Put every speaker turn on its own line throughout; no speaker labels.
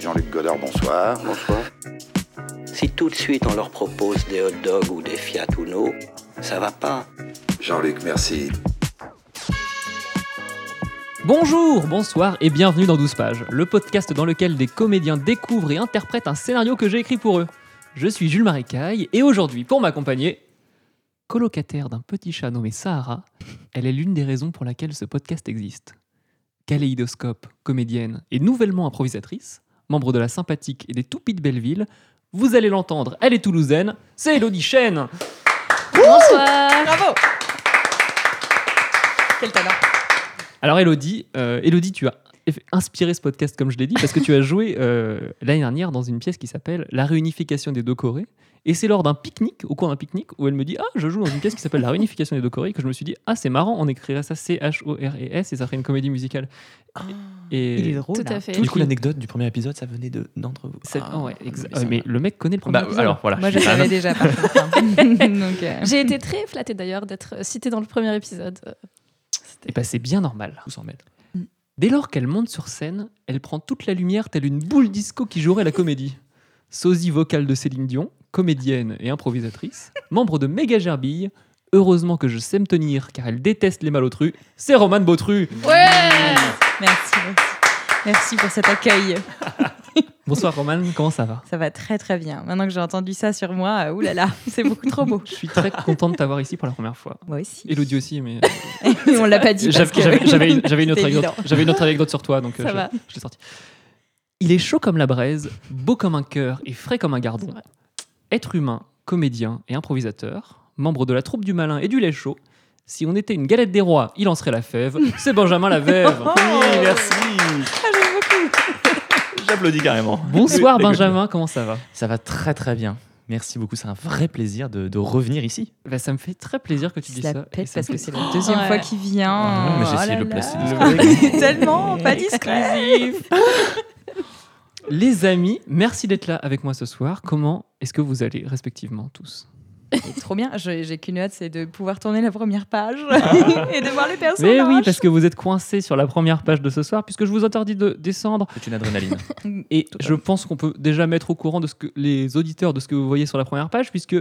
Jean-Luc Godard, bonsoir.
Bonsoir.
Si tout de suite on leur propose des hot dogs ou des Fiat Uno, ça va pas.
Jean-Luc, merci.
Bonjour, bonsoir et bienvenue dans 12 pages, le podcast dans lequel des comédiens découvrent et interprètent un scénario que j'ai écrit pour eux. Je suis Jules Marécaille et aujourd'hui, pour m'accompagner, colocataire d'un petit chat nommé Sahara, elle est l'une des raisons pour laquelle ce podcast existe. Kaléidoscope, comédienne et nouvellement improvisatrice, membre de la sympathique et des toupies de Belleville, vous allez l'entendre, elle est toulousaine, c'est Elodie Chêne
Bonsoir.
Bravo Quel talent
Alors Elodie, euh, Elodie, tu as eff- inspiré ce podcast comme je l'ai dit parce que tu as joué euh, l'année dernière dans une pièce qui s'appelle La réunification des deux Corées et c'est lors d'un pique-nique, au cours d'un pique-nique où elle me dit "Ah, je joue dans une pièce qui s'appelle La réunification des deux Corées" que je me suis dit "Ah, c'est marrant, on écrirait ça C H O R E S et ça ferait une comédie musicale."
Ah.
Et
Il est drôle.
Tout à
hein.
fait.
Tout-
Du coup, l'anecdote du premier épisode, ça venait de d'entre vous.
ça-
Ah,
ouais, exa-
mais ça-
mais le mec connaît le premier
Bah,
épisode.
alors voilà.
Moi,
je
je
suis
savais
un-
déjà, par contre. hein. Donc, euh,
J'ai été très flattée d'ailleurs d'être citée dans le premier épisode. Euh,
Et bah, c'est bien normal.
Vous en mêle.
Mm. Dès lors qu'elle monte sur scène, elle prend toute la lumière telle une boule disco qui jouerait la comédie. Sosie vocale de Céline Dion, comédienne et improvisatrice, membre de Méga Gerbille, heureusement que je sais me tenir car elle déteste les malotrus, c'est Romane Bautru.
Ouais
Merci, merci. Merci pour cet accueil.
Bonsoir Romane, comment ça va
Ça va très très bien. Maintenant que j'ai entendu ça sur moi, euh, oulala, c'est beaucoup trop beau.
Je suis très content de t'avoir ici pour la première fois.
Moi aussi.
Elodie aussi, mais
On l'a pas dit. parce
j'avais j'avais-
que-
j'avais une, j'avais une autre
C'était
anecdote-
évident.
j'avais une autre anecdote sur toi, donc euh,
Ça
je-
va.
je l'ai sortie. Il est chaud comme la braise, beau comme un cœur et frais comme un gardon.
C'est vrai.
Être humain, comédien et improvisateur, membre de la troupe du malin et du lait chaud, si on était une galette des rois, il en serait la fève. C'est Benjamin Lavève.
Oui, merci.
Ah, j'aime beaucoup.
J'applaudis carrément.
Bonsoir
Oui, écoute.
Benjamin, comment ça va
Ça va très très bien. Merci beaucoup. C'est un vrai plaisir de, de revenir ici.
Bah, Ça me fait très plaisir que tu
Il
dis
se la
ça. et
pète
ça me
parce que
fait-
c'est la deuxième
Ouais.
fois qu'il vient.
Ouais, mais j'ai
Oh
essayé
là
de le
là.
placer.
C'est tellement pas discret.
Les amis, merci d'être là avec moi ce soir. Comment est-ce que vous allez respectivement tous
Et Trop bien. Je- J'ai qu'une hâte, c'est de pouvoir tourner la première page et de voir les
Mais
personnages.
oui, parce que vous êtes coincés sur la première page de ce soir, puisque je vous interdis de descendre
C'est une adrénaline.
Et je pense qu'on peut déjà mettre au courant de ce que les auditeurs de ce que vous voyez sur la première page, puisque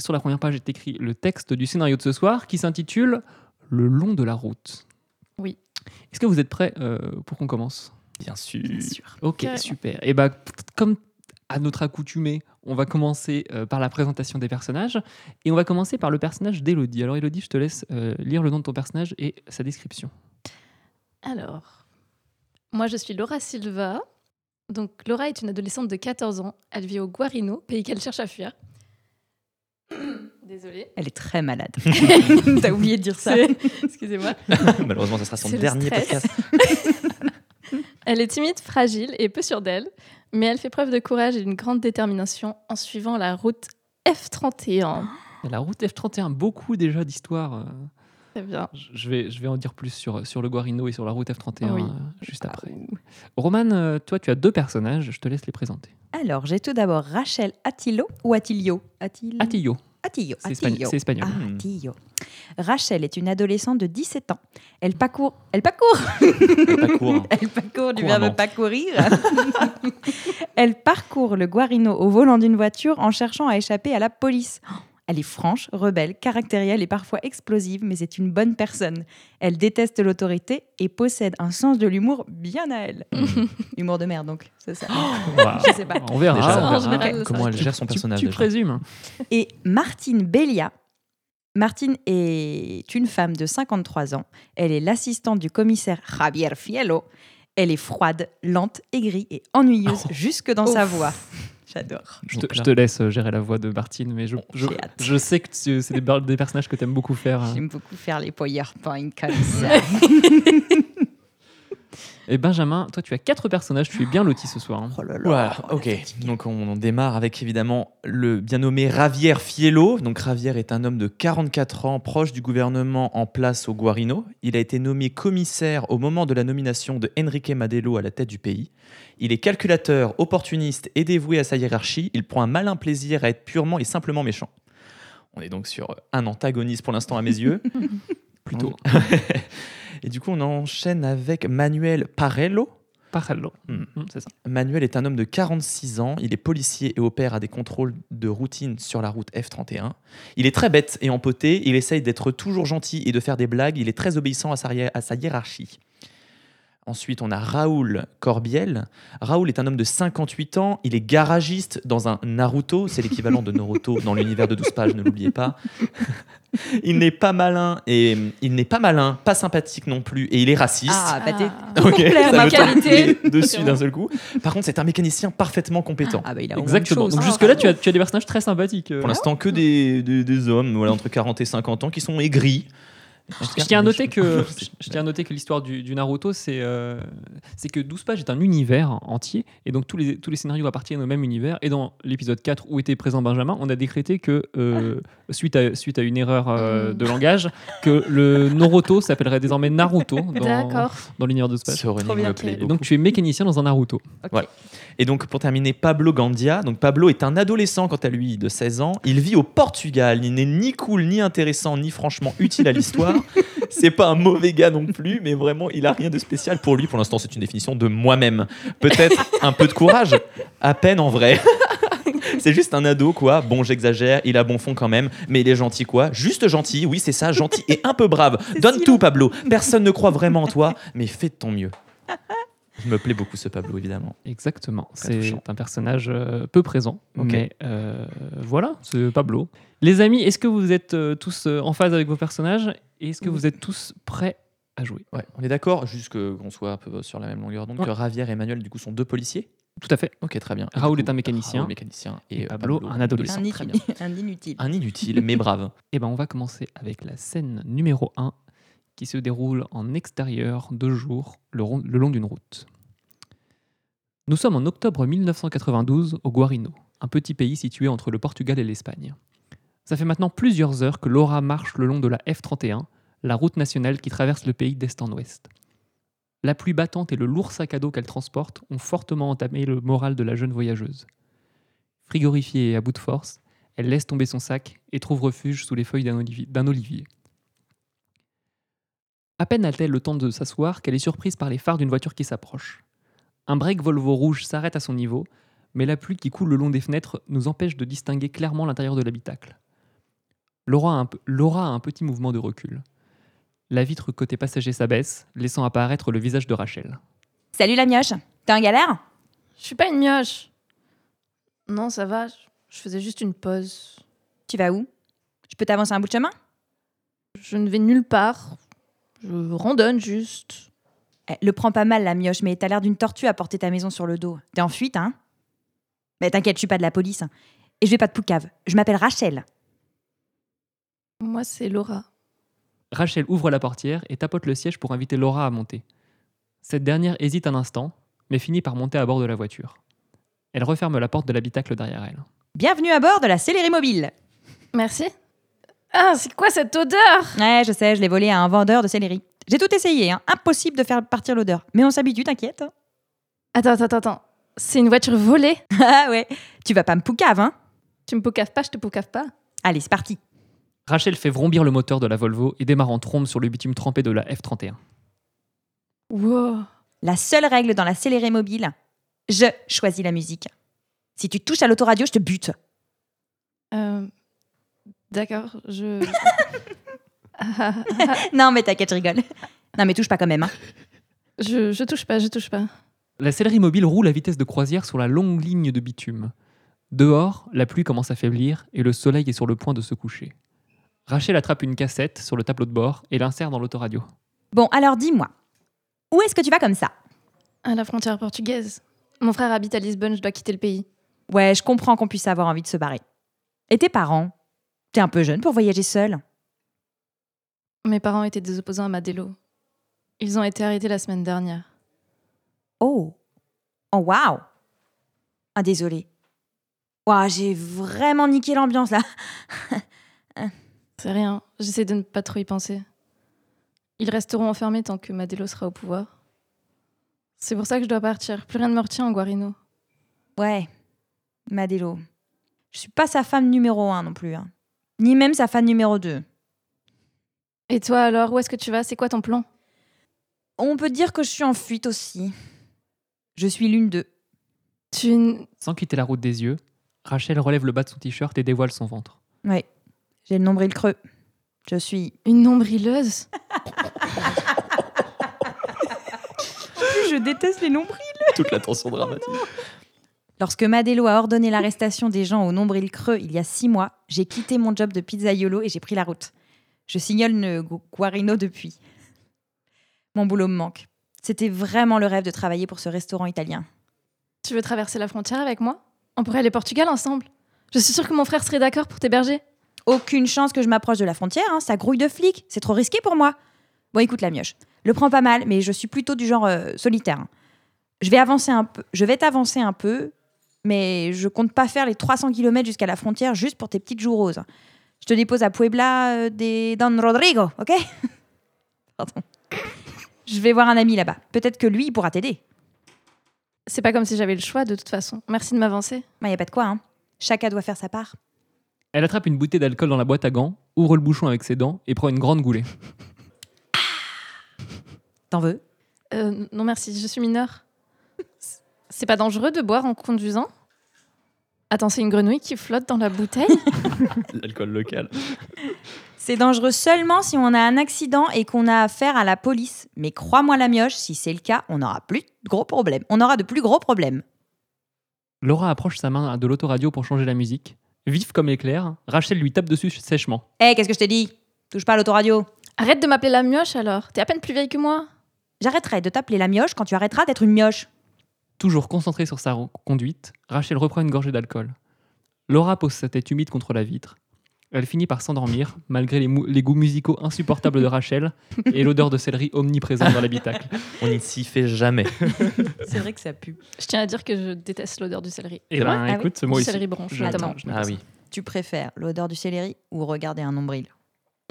sur la première page est écrit le texte du scénario de ce soir qui s'intitule Le long de la route.
Oui.
Est-ce que vous êtes prêts euh, pour qu'on commence
Bien sûr.
Ok,
Carrément.
super. Et bah, comme à notre accoutumée, on va commencer euh, par la présentation des personnages et on va commencer par le personnage d'Elodie. Alors, Elodie, je te laisse euh, lire le nom de ton personnage et sa description.
Alors, moi je suis Laura Silva. Donc Laura est une adolescente de 14 ans. Elle vit au Guarino, pays qu'elle cherche à fuir. Désolée.
Elle est très malade. T'as oublié de dire ça.
C'est- Excusez-moi.
Malheureusement, ça sera son
C'est le
dernier
stress.
podcast.
Elle est timide, fragile et peu sûre d'elle, mais elle fait preuve de courage et d'une grande détermination en suivant la route F31.
La route F31, beaucoup déjà d'histoires. euh,
Très bien.
Je- Je vais, je vais en dire plus sur, sur le Guarino et sur la route
Ah
F31
Oui.
euh, juste après. Roman, euh, toi, tu as deux personnages, je te laisse les présenter.
Alors, j'ai tout d'abord Rachel Attilo ou Attilio Attil-
Atillo,
Attilio.
c'est espagn-
Mm. Attilio.
c'est espagnol.
Ah,
Hmm.
Attilio. Rachel est une adolescente de 17 ans. Elle parcourt. Elle parcourt
Pas court.
Elle parcourt du
Couramment.
verbe parcourir. elle parcourt le Guarino au volant d'une voiture en cherchant à échapper à la police. Oh, Elle est franche, rebelle, caractérielle et parfois explosive, mais c'est une bonne personne. Elle déteste l'autorité et possède un sens de l'humour bien à elle. Humour de merde, donc, c'est ça.
Waouh.
Ah. Je sais pas.
Oh, On verra.
Déjà,
on
en
verra.
général, ça
Comment elle
Tu-
gère son
tu-
personnage
Tu,
déjà.
présumes.
et Martine Bélia. Martine est une femme de 53 ans. Elle est l'assistante du commissaire Javier Fiello. Elle est froide, lente, aigrie et ennuyeuse jusque dans sa
Ouf.
voix. J'adore.
Je te,
Donc
je
là-
te laisse euh, gérer la voix de Martine, mais je, je,
Oh, j'ai hâte.
je sais que tu- c'est des, bar- des personnages que tu aimes beaucoup faire. euh.
J'aime beaucoup faire les PowerPoint comme ça.
Et Benjamin, toi, tu as quatre personnages, tu es bien loti ce soir. hein.
Oh là là.
Voilà, ok. Donc on en démarre avec évidemment le bien nommé Javier Fiello. Donc Javier est un homme de 44 ans, proche du gouvernement en place au Guarino. Il a été nommé commissaire au moment de la nomination de Enrique Madelo à la tête du pays. Il est calculateur, opportuniste et dévoué à sa hiérarchie. Il prend un malin plaisir à être purement et simplement méchant. On est donc sur un antagoniste pour l'instant à mes yeux.
Plutôt.
Et du coup, on enchaîne avec Manuel Parello.
Pajarello.
Hmm.
Hmm, c'est ça.
Manuel est un homme de 46 ans, il est policier et opère à des contrôles de routine sur la route F31. Il est très bête et empoté, il essaye d'être toujours gentil et de faire des blagues, il est très obéissant à sa, hié- à sa hiérarchie. Ensuite, on a Raoul Corbiel. Raoul est un homme de 58 ans, il est garagiste dans un Naruto, c'est l'équivalent de Naruto dans l'univers de 12 pages, ne l'oubliez pas. Il n'est pas malin et il n'est pas malin, pas sympathique non plus et il est raciste.
Ah, bah t'es-
Ah.
Ok,
Claire,
ça
ma
me
qualité.
tombe dessus d'un seul coup. Par contre, c'est un mécanicien parfaitement compétent.
Ah bah il a au moins une
Exactement.
chose.
Donc jusque-là, tu as, tu as des personnages très sympathiques. euh.
Pour l'instant, que des, des, des hommes voilà, entre 40 et 50 ans qui sont aigris.
Je tiens à noter que, je- je tiens à noter que l'histoire du, du Naruto, c'est euh, c'est que 12 pages est un univers entier, et donc tous les, tous les scénarios appartiennent au même univers. Et dans l'épisode 4 où était présent Benjamin, on a décrété que, euh, suite, à, suite à une erreur
Ah.
euh, de langage, que le Naruto s'appellerait désormais Naruto dans,
D'accord.
dans l'univers de 12 pages.
Ce running
bien.
me plaît
Et
Et
beaucoup.
donc tu es mécanicien dans un Naruto.
Et donc, pour terminer, Pablo Gandia. Donc, Pablo est un adolescent, quant à lui, de 16 ans. Il vit au Portugal. Il n'est ni cool, ni intéressant, ni franchement utile à l'histoire. c'est pas un mauvais gars non plus, mais vraiment, il a rien de spécial pour lui. Pour l'instant, c'est une définition de moi-même. Peut-être un peu de courage, à peine en vrai. C'est juste un ado, quoi. Bon, j'exagère, il a bon fond quand même, mais il est gentil, quoi. Juste gentil, oui, c'est ça, gentil et un peu brave. Donne tout, Pablo. Personne ne croit vraiment en toi, mais fais de ton mieux. Je me plaît beaucoup ce Pablo, évidemment.
Exactement.
Très
C'est
touchant.
un personnage euh, peu présent,
Ok.
mais euh, voilà, c'est Pablo. Les amis, est-ce que vous êtes euh, tous euh, en phase avec vos personnages et est-ce que vous êtes tous prêts à jouer
Ouais, on est d'accord, juste que- qu'on soit un peu sur la même longueur. Donc,
Ouais.
Ravière et Emmanuel, du coup, sont deux policiers.
Tout à fait.
Ok, très bien. Et
Raoul
du
est un mécanicien.
Raoul, mécanicien. Et, euh,
Pablo, un adolescent.
un,
Très bien.
inutile. un inutile.
Un inutile, mais brave.
Eh ben, on va commencer avec la scène numéro 1 qui se déroule en extérieur de jour le, ron- le long d'une route. Nous sommes en octobre 1992 au Guarino, un petit pays situé entre le Portugal et l'Espagne. Ça fait maintenant plusieurs heures que Laura marche le long de la F31, la route nationale qui traverse le pays d'est en ouest. La pluie battante et le lourd sac à dos qu'elle transporte ont fortement entamé le moral de la jeune voyageuse. Frigorifiée et à bout de force, elle laisse tomber son sac et trouve refuge sous les feuilles d'un olivi- d'un olivier. À peine a-t-elle le temps de s'asseoir qu'elle est surprise par les phares d'une voiture qui s'approche. Un break Volvo rouge s'arrête à son niveau, mais la pluie qui coule le long des fenêtres nous empêche de distinguer clairement l'intérieur de l'habitacle. Laura a, un p- Laura a un petit mouvement de recul. La vitre côté passager s'abaisse, laissant apparaître le visage de Rachel.
Salut la mioche, t'es en galère
Je suis pas une mioche. Non, ça va. je- Je faisais juste une pause.
Tu vas où Je peux t'avancer un bout de chemin
Je ne vais nulle part. Je randonne juste.
Eh, Le prends pas mal la mioche, mais t'as l'air d'une tortue à porter ta maison sur le dos. T'es en fuite, hein Mais t'inquiète, je suis pas de la police. hein. Et je vais pas de poucave, je m'appelle Rachel.
Moi, c'est Laura.
Rachel ouvre la portière et tapote le siège pour inviter Laura à monter. Cette dernière hésite un instant, mais finit par monter à bord de la voiture. Elle referme la porte de l'habitacle derrière elle.
Bienvenue à bord de la Céleri Mobile
Merci. Ah, c'est quoi cette odeur
Ouais, je sais, je l'ai volé à un vendeur de céleri. J'ai tout essayé, hein. impossible de faire partir l'odeur. Mais on s'habitue, t'inquiète. hein.
Attends, attends, attends, attends. C'est une voiture volée
ah ouais, tu vas pas me poucave, hein
Tu me poucaves pas, je te poucave pas.
Allez, c'est parti.
Rachel fait vrombir le moteur de la Volvo et démarre en trombe sur le bitume trempé de la F31.
Wow.
La seule règle dans la Céléré mobile, je choisis la musique. Si tu touches à l'autoradio, je te bute.
Euh, D'accord, je.
Non, mais t'inquiète, je rigole. Non, mais touche pas quand même. Hein.
je, je touche pas, je touche pas.
La céleri mobile roule à vitesse de croisière sur la longue ligne de bitume. Dehors, la pluie commence à faiblir et le soleil est sur le point de se coucher. Rachel attrape une cassette sur le tableau de bord et l'insère dans l'autoradio.
Bon, alors dis-moi, où est-ce que tu vas comme ça
À la frontière portugaise. Mon frère habite à Lisbonne, je dois quitter le pays.
Ouais, je comprends qu'on puisse avoir envie de se barrer. Et tes parents T'es un peu jeune pour voyager seul.
Mes parents étaient des opposants à Madello. Ils ont été arrêtés la semaine dernière.
Oh Oh, waouh Ah, désolé. Waouh, j'ai vraiment niqué l'ambiance là.
C'est rien, j'essaie de ne pas trop y penser. Ils resteront enfermés tant que Madello sera au pouvoir. C'est pour ça que je dois partir, plus rien ne me retient en Guarino.
Ouais, Madello. Je suis pas sa femme numéro un non plus. hein. Ni même sa fan numéro 2.
Et toi alors, où est-ce que tu vas C'est quoi ton plan
On peut dire que je suis en fuite aussi. Je suis l'une d'eux.
Tu es une-
Sans quitter la route des yeux, Rachel relève le bas de son t-shirt et dévoile son ventre.
Ouais. J'ai le nombril creux. Je suis.
une nombrileuse
Je déteste les nombrils.
Toute la tension dramatique.
Lorsque Madello a ordonné l'arrestation des gens au nombril creux il y a six mois, j'ai quitté mon job de pizzaiolo et j'ai pris la route. Je signale le Gu- Guarino depuis. Mon boulot me manque. C'était vraiment le rêve de travailler pour ce restaurant italien.
Tu veux traverser la frontière avec moi On pourrait aller au Portugal ensemble. Je suis sûre que mon frère serait d'accord pour t'héberger.
Aucune chance que je m'approche de la frontière, hein, ça grouille de flics, c'est trop risqué pour moi. Bon, écoute la mioche, le prends pas mal, mais je suis plutôt du genre euh, solitaire. hein. Je vais avancer un peu, je vais t'avancer un peu, mais je compte pas faire les 300 km jusqu'à la frontière juste pour tes petites joues roses. Je te dépose à Puebla euh, des Don Rodrigo, ok Pardon. Je vais voir un ami là-bas. Peut-être que lui, il pourra t'aider.
C'est pas comme si j'avais le choix de toute façon. Merci de m'avancer.
Il y a pas de quoi, hein. Chacun doit faire sa part.
Elle attrape une bouteille d'alcool dans la boîte à gants, ouvre le bouchon avec ses dents et prend une grande goulée.
T'en veux
Euh, non merci, je suis mineure. C'est pas dangereux de boire en conduisant Attends, c'est une grenouille qui flotte dans la bouteille
L'alcool local.
C'est dangereux seulement si on a un accident et qu'on a affaire à la police. Mais crois-moi la mioche, si c'est le cas, on aura plus de gros problèmes. On aura de plus gros problèmes.
Laura approche sa main de l'autoradio pour changer la musique. Vif comme éclair, Rachel lui tape dessus sèchement.
Eh, qu'est-ce que je t'ai dit Touche pas à l'autoradio.
Arrête de m'appeler la mioche alors, t'es à peine plus vieille que moi.
J'arrêterai de t'appeler la mioche quand tu arrêteras d'être une mioche.
Toujours concentrée sur sa ro- conduite, Rachel reprend une gorgée d'alcool. Laura pose sa tête humide contre la vitre. Elle finit par s'endormir, malgré les, mou- les goûts musicaux insupportables de Rachel et l'odeur de céleri omniprésente dans l'habitacle.
On n'y s'y fait jamais.
C'est vrai que ça pue.
Je tiens à dire que je déteste l'odeur du céleri.
Et ben,
Ah oui.
écoute, moi
du
aussi.
céleri bronche
Je-
notamment.
attends, je
Ah oui.
Tu préfères l'odeur du céleri ou regarder un nombril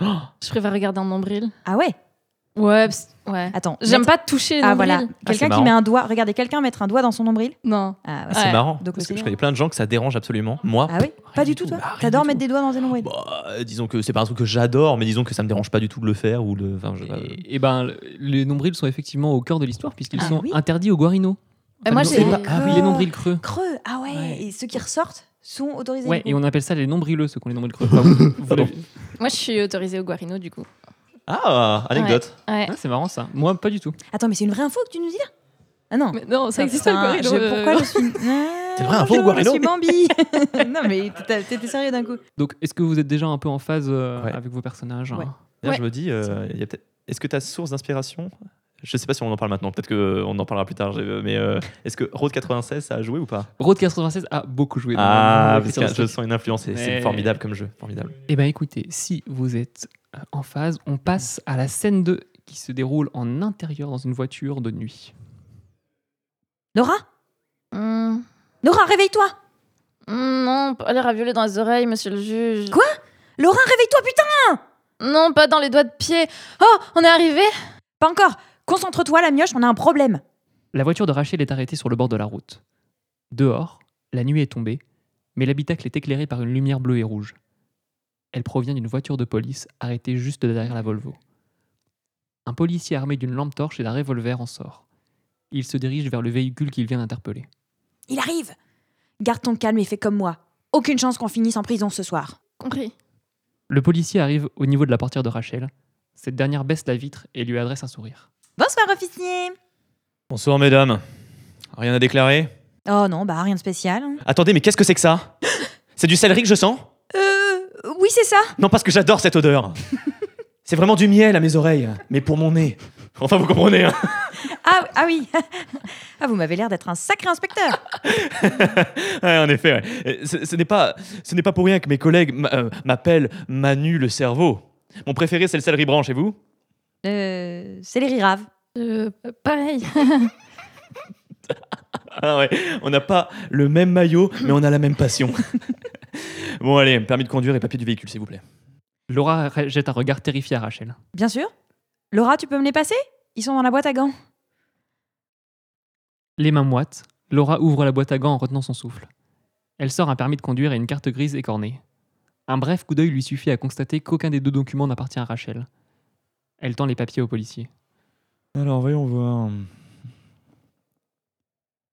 Je préfère regarder un nombril.
Ah ouais
Ouais, ps- ouais.
Attends.
J'aime
mettre-
pas toucher les
Ah
nombrils.
voilà. Quelqu'un qui
marrant.
met un doigt. Regardez quelqu'un mettre un doigt dans son nombril
Non.
Ah ouais.
Ah, c'est
Ouais.
marrant.
Donc,
Parce que
c'est
je
bien.
connais plein de gens que ça dérange absolument. Moi,
Ah oui Pas du tout,
tout,
toi
bah, rien
T'adores
du
mettre des doigts dans tes nombrils
bah, euh, disons que c'est pas un truc que j'adore, mais disons que ça me dérange pas du tout de le faire ou de. Enfin, je-
Et, et ben, le- les nombrils sont effectivement au cœur de l'histoire puisqu'ils
Ah
sont
oui.
interdits aux guarinos.
Et moi,
les-
j'ai-
ah oui, les nombrils creux.
Creux Ah ouais.
Ouais.
Et ceux qui ressortent sont autorisés
Ouais,
du coup.
et on appelle ça les nombrileux, ceux qui ont les nombrils creux.
Ah
Enfin, vous- vous
Pardon.
l'avez-
Moi, je suis autorisée au guarino du coup.
Ah, anecdote.
Ouais.
Ah, c'est marrant ça. Moi, pas du tout.
Attends, mais c'est une vraie info que tu nous dis là Ah non.
Mais non, ça existe pas le
Enfin,
guarino.
je-
euh,
Pourquoi
non.
je suis.
C'est vrai, un faux
Bonjour, Je
guarino.
suis Bambi. non, mais t'étais- t'étais sérieux d'un coup.
Donc, est-ce que vous êtes déjà un peu en phase euh,
Ouais.
avec vos personnages
Ouais.
hein
D'ailleurs,
Ouais.
Je me dis, euh, il y a peut-être. Est-ce que ta source d'inspiration Je sais pas si on en parle maintenant. Peut-être qu'on en parlera plus tard. j'ai- Mais euh, est-ce que Road 96 ça a joué ou pas
Road 96 a beaucoup joué. dans-
Ah,
dans-
parce
dans-
que je sens une influence. c'est- C'est
Mais-
formidable comme jeu, formidable.
Eh bien écoutez, si vous êtes euh, en phase, on passe à la scène 2 qui se déroule en intérieur dans une voiture de nuit.
Nora
Hum,
Nora, réveille-toi
hum, non, pas les ravioler dans les oreilles, monsieur le juge.
Quoi Laura, réveille-toi, putain
Non, pas dans les doigts de pied. Oh, on est arrivé
Pas encore Concentre-toi, la mioche, on a un problème.
La voiture de Rachel est arrêtée sur le bord de la route. Dehors, la nuit est tombée, mais l'habitacle est éclairé par une lumière bleue et rouge. Elle provient d'une voiture de police arrêtée juste derrière la Volvo. Un policier armé d'une lampe torche et d'un revolver en sort. Il se dirige vers le véhicule qu'il vient d'interpeller.
Il arrive Garde ton calme et fais comme moi. Aucune chance qu'on finisse en prison ce soir.
Compris.
Le policier arrive au niveau de la portière de Rachel. Cette dernière baisse la vitre et lui adresse un sourire.
Bonsoir, officier
Bonsoir, mesdames. Rien à déclarer
Oh non, bah rien de spécial. hein.
Attendez, mais qu'est-ce que c'est que ça C'est du céleri que je sens
Euh. Oui, c'est ça
Non, parce que j'adore cette odeur. C'est vraiment du miel à mes oreilles, mais pour mon nez. Enfin, vous comprenez, hein
Ah, ah oui Ah, vous m'avez l'air d'être un sacré inspecteur
Ouais, en effet, ouais. Euh, Ce, ce n'est pas, ce n'est pas pour rien que mes collègues m- euh, m'appellent Manu le cerveau. Mon préféré, c'est le céleri branche, et vous
Euh. Céleri rave.
Euh, pareil.
Ah ouais, on n'a pas le même maillot, mais on a la même passion. bon, allez, permis de conduire et papier du véhicule, s'il vous plaît.
Laura ra- jette un regard terrifié à Rachel.
Bien sûr. Laura, tu peux me les passer Ils sont dans la boîte à gants.
Les mains moites, Laura ouvre la boîte à gants en retenant son souffle. Elle sort un permis de conduire et une carte grise écornée. Un bref coup d'œil lui suffit à constater qu'aucun des deux documents n'appartient à Rachel. Elle tend les papiers au policier.
Alors, voyons voir.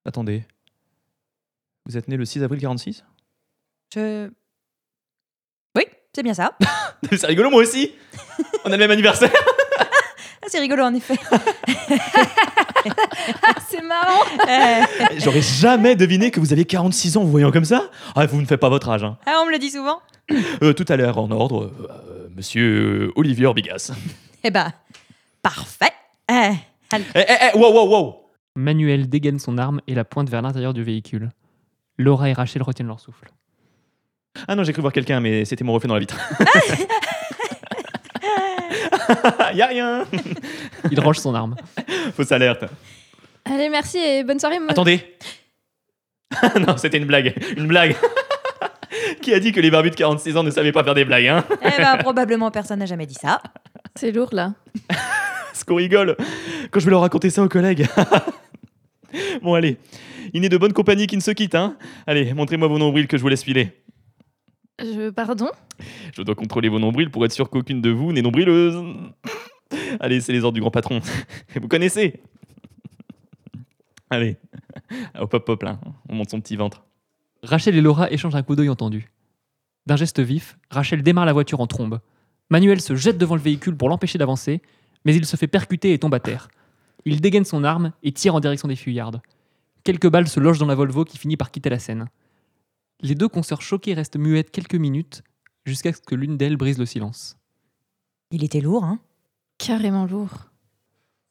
Attendez. Vous êtes né le 6 avril 46
Je. Oui, c'est bien ça.
C'est rigolo, moi aussi On a le même anniversaire
Ah, c'est rigolo en effet.
c'est marrant.
Euh,
J'aurais jamais deviné que vous aviez 46 ans en vous voyant comme ça Ah, vous ne faites pas votre âge, hein.
ah, on me le dit souvent.
Euh, tout à l'heure, en ordre, euh, euh, monsieur euh, Olivier Orbigas.
Eh ben, parfait. Euh,
Eh, eh, eh, wow, wow, wow
Manuel dégaine son arme et la pointe vers l'intérieur du véhicule. Laura et Rachel retiennent leur souffle.
Ah non, j'ai cru voir quelqu'un, mais c'était mon reflet dans la vitre. y a rien
Il range son arme.
Fausse alerte.
Allez, merci et bonne soirée. moi.
Attendez Non, c'était une blague. Une blague Qui a dit que les barbus de 46 ans ne savaient pas faire des blagues, hein
eh ben, probablement personne n'a jamais dit ça.
C'est lourd là.
Parce qu'on rigole quand je vais leur raconter ça aux collègues. bon, allez. Il n'est de bonne compagnie qui ne se quitte, hein Allez, montrez-moi vos nombrils que je vous laisse filer.
Je pardon.
Je dois contrôler vos nombrils pour être sûr qu'aucune de vous n'est nombrileuse. allez, c'est les ordres du grand patron. vous connaissez Allez, Ah, hop hop hop là, on monte son petit ventre.
Rachel et Laura échangent un coup d'œil entendu. D'un geste vif, Rachel démarre la voiture en trombe. Manuel se jette devant le véhicule pour l'empêcher d'avancer, mais il se fait percuter et tombe à terre. Il dégaine son arme et tire en direction des fuyardes. Quelques balles se logent dans la Volvo qui finit par quitter la scène. Les deux consoeurs choquées restent muettes quelques minutes jusqu'à ce que l'une d'elles brise le silence.
Il était lourd, hein.
Carrément lourd.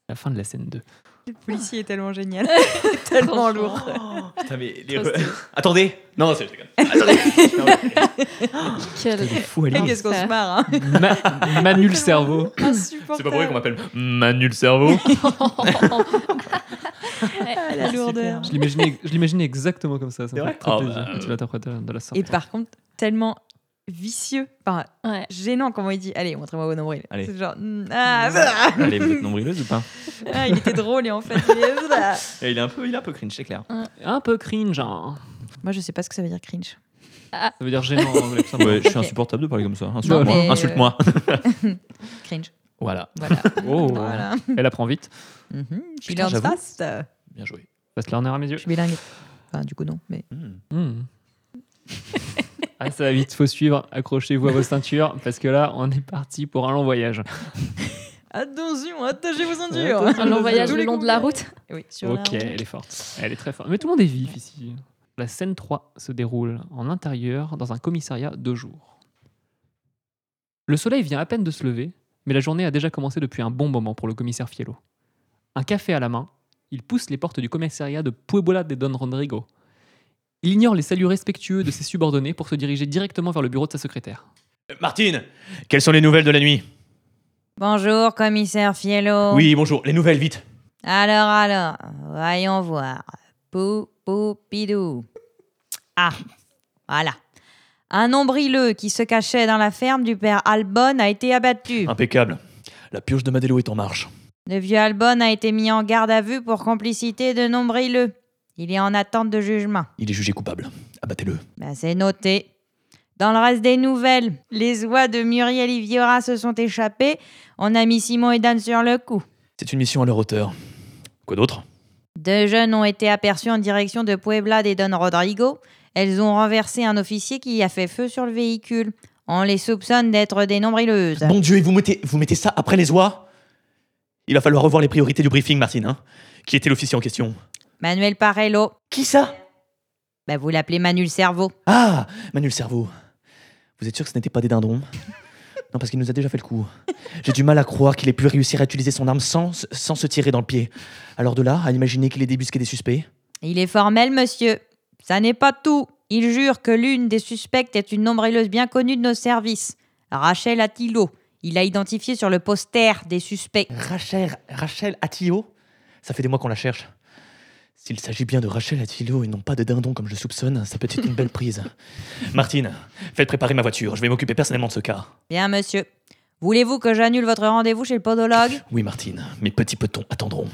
La fin de la scène 2.
Le policier est tellement génial.
Tellement
Oh. Putain, mais les
Trop
re-
stylé.
Attendez Non, c'est je déconne. Attendez
Quel...
Fou
Et
Aline.
qu'est-ce qu'on se marre, hein.
Ma- Manu le cerveau.
C'est pas pour rien qu'on m'appelle Manu le cerveau.
Ah, la lourdeur.
Je l'imaginais je l'imaginais exactement comme ça. Ça me
C'est
fait
vrai
très
Oh,
plaisir
bah,
que tu l'interprètes de de la sorte.
Et par contre, tellement vicieux. Enfin,
Ouais.
gênant comment il dit Allez, montrez-moi vos nombrils.
Allez.
C'est genre. mm, Ah, bah,
Allez, vous êtes nombrileuse ou pas
ah, il était drôle et en fait. il est- bah.
Eh, il, est un peu, il est un peu cringe, c'est clair.
Un peu cringe, hein.
Moi, je sais pas ce que ça veut dire cringe.
Ça veut dire gênant en anglais. tout simplement.
Ah Ouais, je suis
Ok.
insupportable de parler comme ça.
Non,
Insulte-moi.
mais, euh,
Insulte-moi.
Cringe.
Voilà,
Voilà.
Oh.
Voilà.
Elle apprend vite.
Mhm, Je suis
Putain,
bilingue
j'avoue.
fast. Je
bien joué.
Parce que là, on est à mes yeux.
suis bilingue. Enfin, du coup, non. Mais
Hmm.
Hmm. ah, ça va vite, faut suivre. Accrochez-vous à vos ceintures parce que là, on est parti pour un long voyage.
Attention, attachez vos
ceintures.
Un long voyage le long de la route.
Oui, sur la
Ok,
route.
elle est forte. Elle est très forte. Mais tout le monde est vif ici. La scène 3 se déroule en intérieur dans un commissariat de jour. Le soleil vient à peine de se lever, mais la journée a déjà commencé depuis un bon moment pour le commissaire Fiello. Un café à la main, il pousse les portes du commissariat de Puebla de Don Rodrigo. Il ignore les saluts respectueux de ses subordonnés pour se diriger directement vers le bureau de sa secrétaire.
Euh, Martine, quelles sont les nouvelles de la nuit
Bonjour, commissaire Fiello.
Oui, bonjour, les nouvelles, vite.
Alors, alors, voyons voir. Pou, pou, pidou. Ah, voilà. Un nombrileux qui se cachait dans la ferme du père Albon a été abattu.
Impeccable. La pioche de Madello est en marche.
Le vieux Albon a été mis en garde à vue pour complicité de nombrileux. Il est en attente de jugement.
Il est jugé coupable. Abattez-le.
Ben, c'est noté. Dans le reste des nouvelles, les oies de Muriel Iviora se sont échappées. On a mis Simon et Dan sur le coup.
C'est une mission à leur hauteur. Quoi d'autre
Deux jeunes ont été aperçus en direction de Puebla des Don Rodrigo. Elles ont renversé un officier qui a fait feu sur le véhicule. On les soupçonne d'être des nombrileuses.
Bon Dieu, et vous mettez, vous mettez ça après les oies Il va falloir revoir les priorités du briefing, Martine. Hein Qui était l'officier en question
Manuel Parello,
Qui ça
ben, vous l'appelez Manu le cerveau.
Ah Manu le cerveau. Vous êtes sûr que ce n'était pas des dindons Non, parce qu'il nous a déjà fait le coup. J'ai du mal à croire qu'il ait pu réussir à utiliser son arme sans, sans se tirer dans le pied. Alors de là, à imaginer qu'il ait débusqué des suspects.
Il est formel, monsieur. Ça n'est pas tout. Il jure que l'une des suspectes est une nombrileuse bien connue de nos services, Rachel Attilo. Il a identifié sur le poster des suspects.
Rachel, Rachel Attilo Ça fait des mois qu'on la cherche. S'il s'agit bien de Rachel Attilo et non pas de dindon comme je le soupçonne, ça peut être une belle prise. Martine, faites préparer ma voiture, je vais m'occuper personnellement de ce cas.
Bien, monsieur. Voulez-vous que j'annule votre rendez-vous chez le podologue
Oui, Martine, mes petits petons attendront.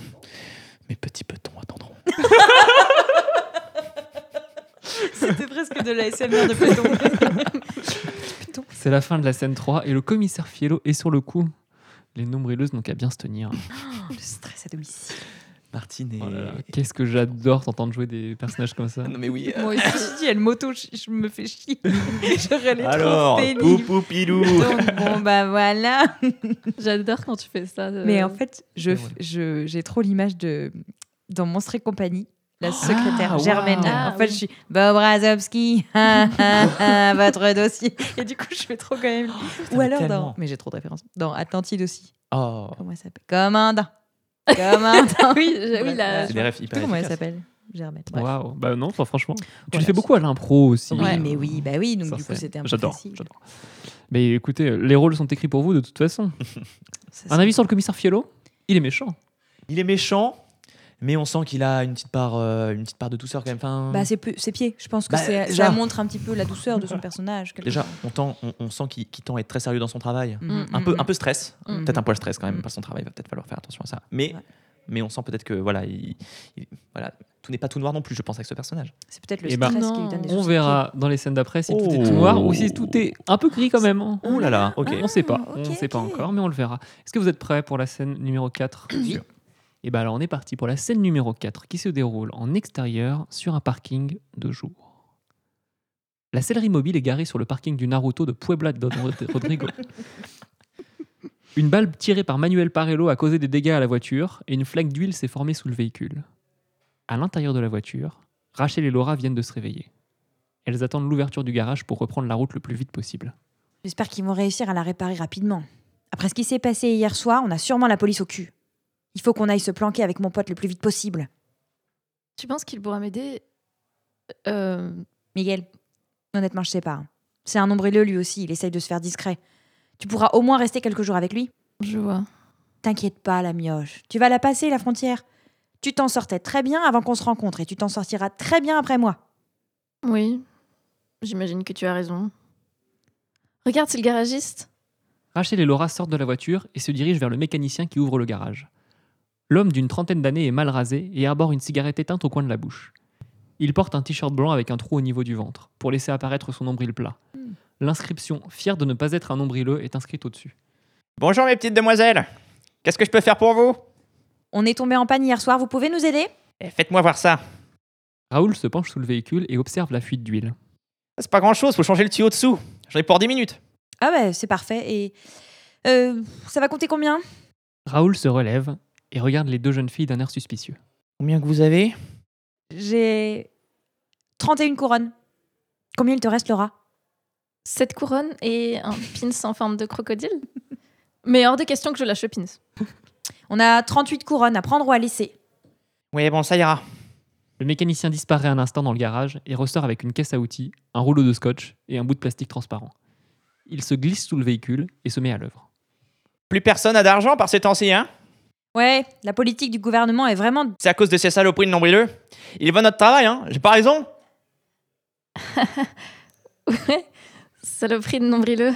Mes petits petons attendront.
C'était presque de la SMR de Platon.
C'est la fin de la scène 3 et le commissaire Fiello est sur le coup. Les nombrileuses n'ont qu'à bien se tenir.
Le stress à domicile.
Martine et.
Oh là là, Qu'est-ce que j'adore t'entendre jouer des personnages comme ça.
Ah non mais oui.
Moi aussi, je dis, elle m'auto, je, je me fais chier. J'aurais les
Alors, Poupoupilou.
Donc, bon, bah voilà.
J'adore quand tu fais ça. euh. de-
Mais en fait, je,
Mais ouais.
je- j'ai trop l'image de. Dans Monstre et compagnie, la secrétaire
Ah,
Germaine.
waouh.
en fait, je suis Bob Razowski, ah, ah, ah, votre dossier. Et du coup, je fais trop quand même. Ou
mais
alors dans.
tellement.
Oh, Mais j'ai trop de références. Dans Atlantide aussi.
Oh.
Comment elle s'appelle Commandant. Commandant.
oui, j'ai- oui, la-
C'est des refs hyper.
Comment elle
efficaces.
s'appelle Germaine. Bref.
Waouh, bah non, enfin, franchement. Tu
Ouais.
le fais beaucoup à l'impro aussi.
Oui, mais oui, bah oui. Donc
Ça,
du coup,
c'est-
c'était un peu
J'adore,
facile.
j'adore. Mais écoutez, les rôles sont écrits pour vous de toute façon.
Ça,
Un
c'est-
avis sur le commissaire Fiello Il est méchant.
Il est méchant, mais on sent qu'il a une petite part, euh, une petite part de douceur quand même. Enfin,
Bah, c'est peu- ses pieds. Je pense que
Bah,
c'est-
déjà.
ça montre un petit peu la douceur de son personnage. quelque
déjà,
part.
on, tend- on, on sent qu'il qu'il tend à être très sérieux dans son travail.
Mm,
Un
mm,
peu,
mm.
un peu stress,
Mm.
peut-être un poil stress quand même,
Mm.
parce que son travail va peut-être falloir faire attention à ça. Mais,
Ouais.
mais on sent peut-être que voilà, il- il- voilà, tout n'est pas tout noir non plus, je pense, avec ce personnage.
C'est peut-être le
Eh ben,
stress qui lui donne des
On
soucis.
verra dans les scènes d'après si tout est tout
Oh.
noir ou si tout est un peu gris quand même. hein.
Oh là là, ok.
On ne sait pas,
Ah,
on
ok,
ne sait pas
ok.
encore, mais on le verra. Est-ce que vous êtes prêts pour la scène numéro 4 Oui. Et bien alors on est parti pour la scène numéro 4 qui se déroule en extérieur sur un parking de jour. La sellerie mobile est garée sur le parking du Naruto de Puebla de Don Rod- Rodrigo. Une balle tirée par Manuel Parello a causé des dégâts à la voiture et une flaque d'huile s'est formée sous le véhicule. À l'intérieur de la voiture, Rachel et Laura viennent de se réveiller. Elles attendent l'ouverture du garage pour reprendre la route le plus vite possible.
J'espère qu'ils vont réussir à la réparer rapidement. Après ce qui s'est passé hier soir, on a sûrement la police au cul. Il faut qu'on aille se planquer avec mon pote le plus vite possible.
Tu penses qu'il pourra m'aider Euh,
Miguel, honnêtement, je sais pas. hein. C'est un ombrelleux lui aussi, il essaye de se faire discret. Tu pourras au moins rester quelques jours avec lui
Je vois.
T'inquiète pas, la mioche. Tu vas la passer, la frontière. Tu t'en sortais très bien avant qu'on se rencontre et tu t'en sortiras très bien après moi.
Oui, j'imagine que tu as raison. Regarde, c'est le garagiste.
Rachel et Laura sortent de la voiture et se dirigent vers le mécanicien qui ouvre le garage. L'homme d'une trentaine d'années est mal rasé et arbore une cigarette éteinte au coin de la bouche. Il porte un t-shirt blanc avec un trou au niveau du ventre pour laisser apparaître son nombril plat. L'inscription Fier de ne pas être un nombrileux est inscrite au-dessus.
Bonjour mes petites demoiselles. Qu'est-ce que je peux faire pour vous
On est tombé en panne hier soir, vous pouvez nous aider
Eh, Faites-moi voir ça.
Raoul se penche sous le véhicule et observe la fuite d'huile.
C'est pas grand-chose, faut changer le tuyau dessous. J'en ai pour 10 minutes.
Ah bah c'est parfait et euh, ça va compter combien
Raoul se relève et regarde les deux jeunes filles d'un air suspicieux.
Combien que vous avez
J'ai 31 couronnes. Combien il te reste Laura
Cette couronne et un pins en forme de crocodile Mais hors de question que je lâche le pins.
On a 38 couronnes à prendre ou à laisser.
Oui, bon, ça ira.
Le mécanicien disparaît un instant dans le garage et ressort avec une caisse à outils, un rouleau de scotch et un bout de plastique transparent. Il se glisse sous le véhicule et se met à l'œuvre.
Plus personne a d'argent par ces temps-ci, hein
Ouais, la politique du gouvernement est vraiment
C'est à cause de ces saloperies de nombrileux. Il va notre travail, hein J'ai pas raison
Ouais, saloperie de nombrileux.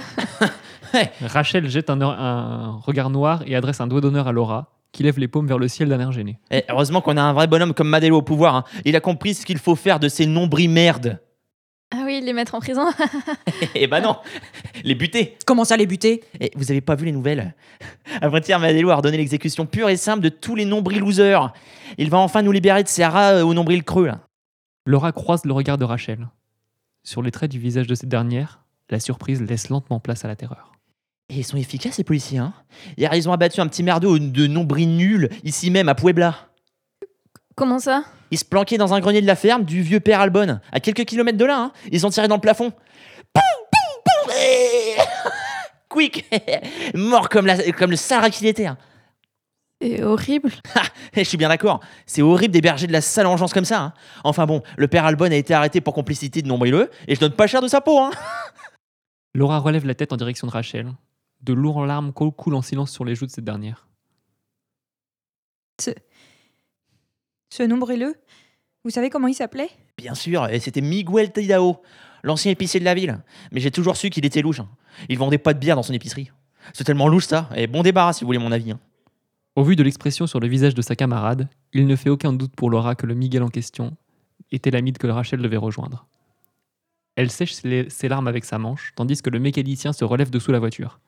Rachel jette un, or- un regard noir et adresse un doigt d'honneur à Laura, qui lève les paumes vers le ciel d'un air gêné.
Eh, Heureusement qu'on a un vrai bonhomme comme Madello au pouvoir. hein. Il a compris ce qu'il faut faire de ces nombris merdes.
Ah oui, les mettre en prison
eh ben non Les buter
Comment ça les buter
Eh, Vous avez pas vu les nouvelles Avant-hier, Madello a ordonné l'exécution pure et simple de tous les nombris losers. Il va enfin nous libérer de ces rats euh, au nombril creux, là.
Laura croise le regard de Rachel. Sur les traits du visage de cette dernière, la surprise laisse lentement place à la terreur.
Et ils sont efficaces, ces policiers, hein Hier, ils ont abattu un petit merdeau de nombril nul, ici même, à Puebla.
Comment ça
Ils se planquaient dans un grenier de la ferme du vieux père Albonne, à quelques kilomètres de là. hein. Ils ont tiré dans le plafond. Poum, poum, poum, eh Quick Mort comme, la- comme le sale rat qu'il était. hein.
C'est horrible.
Eh, Je suis bien d'accord. C'est horrible d'héberger de la sale engeance comme ça. hein. Enfin bon, le père Albonne a été arrêté pour complicité de nombrileux, et je donne pas cher de sa peau. hein.
Laura relève la tête en direction de Rachel. De lourdes larmes cou- coulent en silence sur les joues de cette dernière.
Ce nombreleux Vous savez comment il s'appelait
Bien sûr, et c'était Miguel Tidao, l'ancien épicier de la ville. Mais j'ai toujours su qu'il était louche. hein. Il vendait pas de bière dans son épicerie. C'est tellement louche ça. Et bon débarras si vous voulez mon avis. hein.
Au vu de l'expression sur le visage de sa camarade, il ne fait aucun doute pour Laura que le Miguel en question était l'ami que Rachel devait rejoindre. Elle sèche ses ses larmes avec sa manche, tandis que le mécanicien se relève de sous la voiture.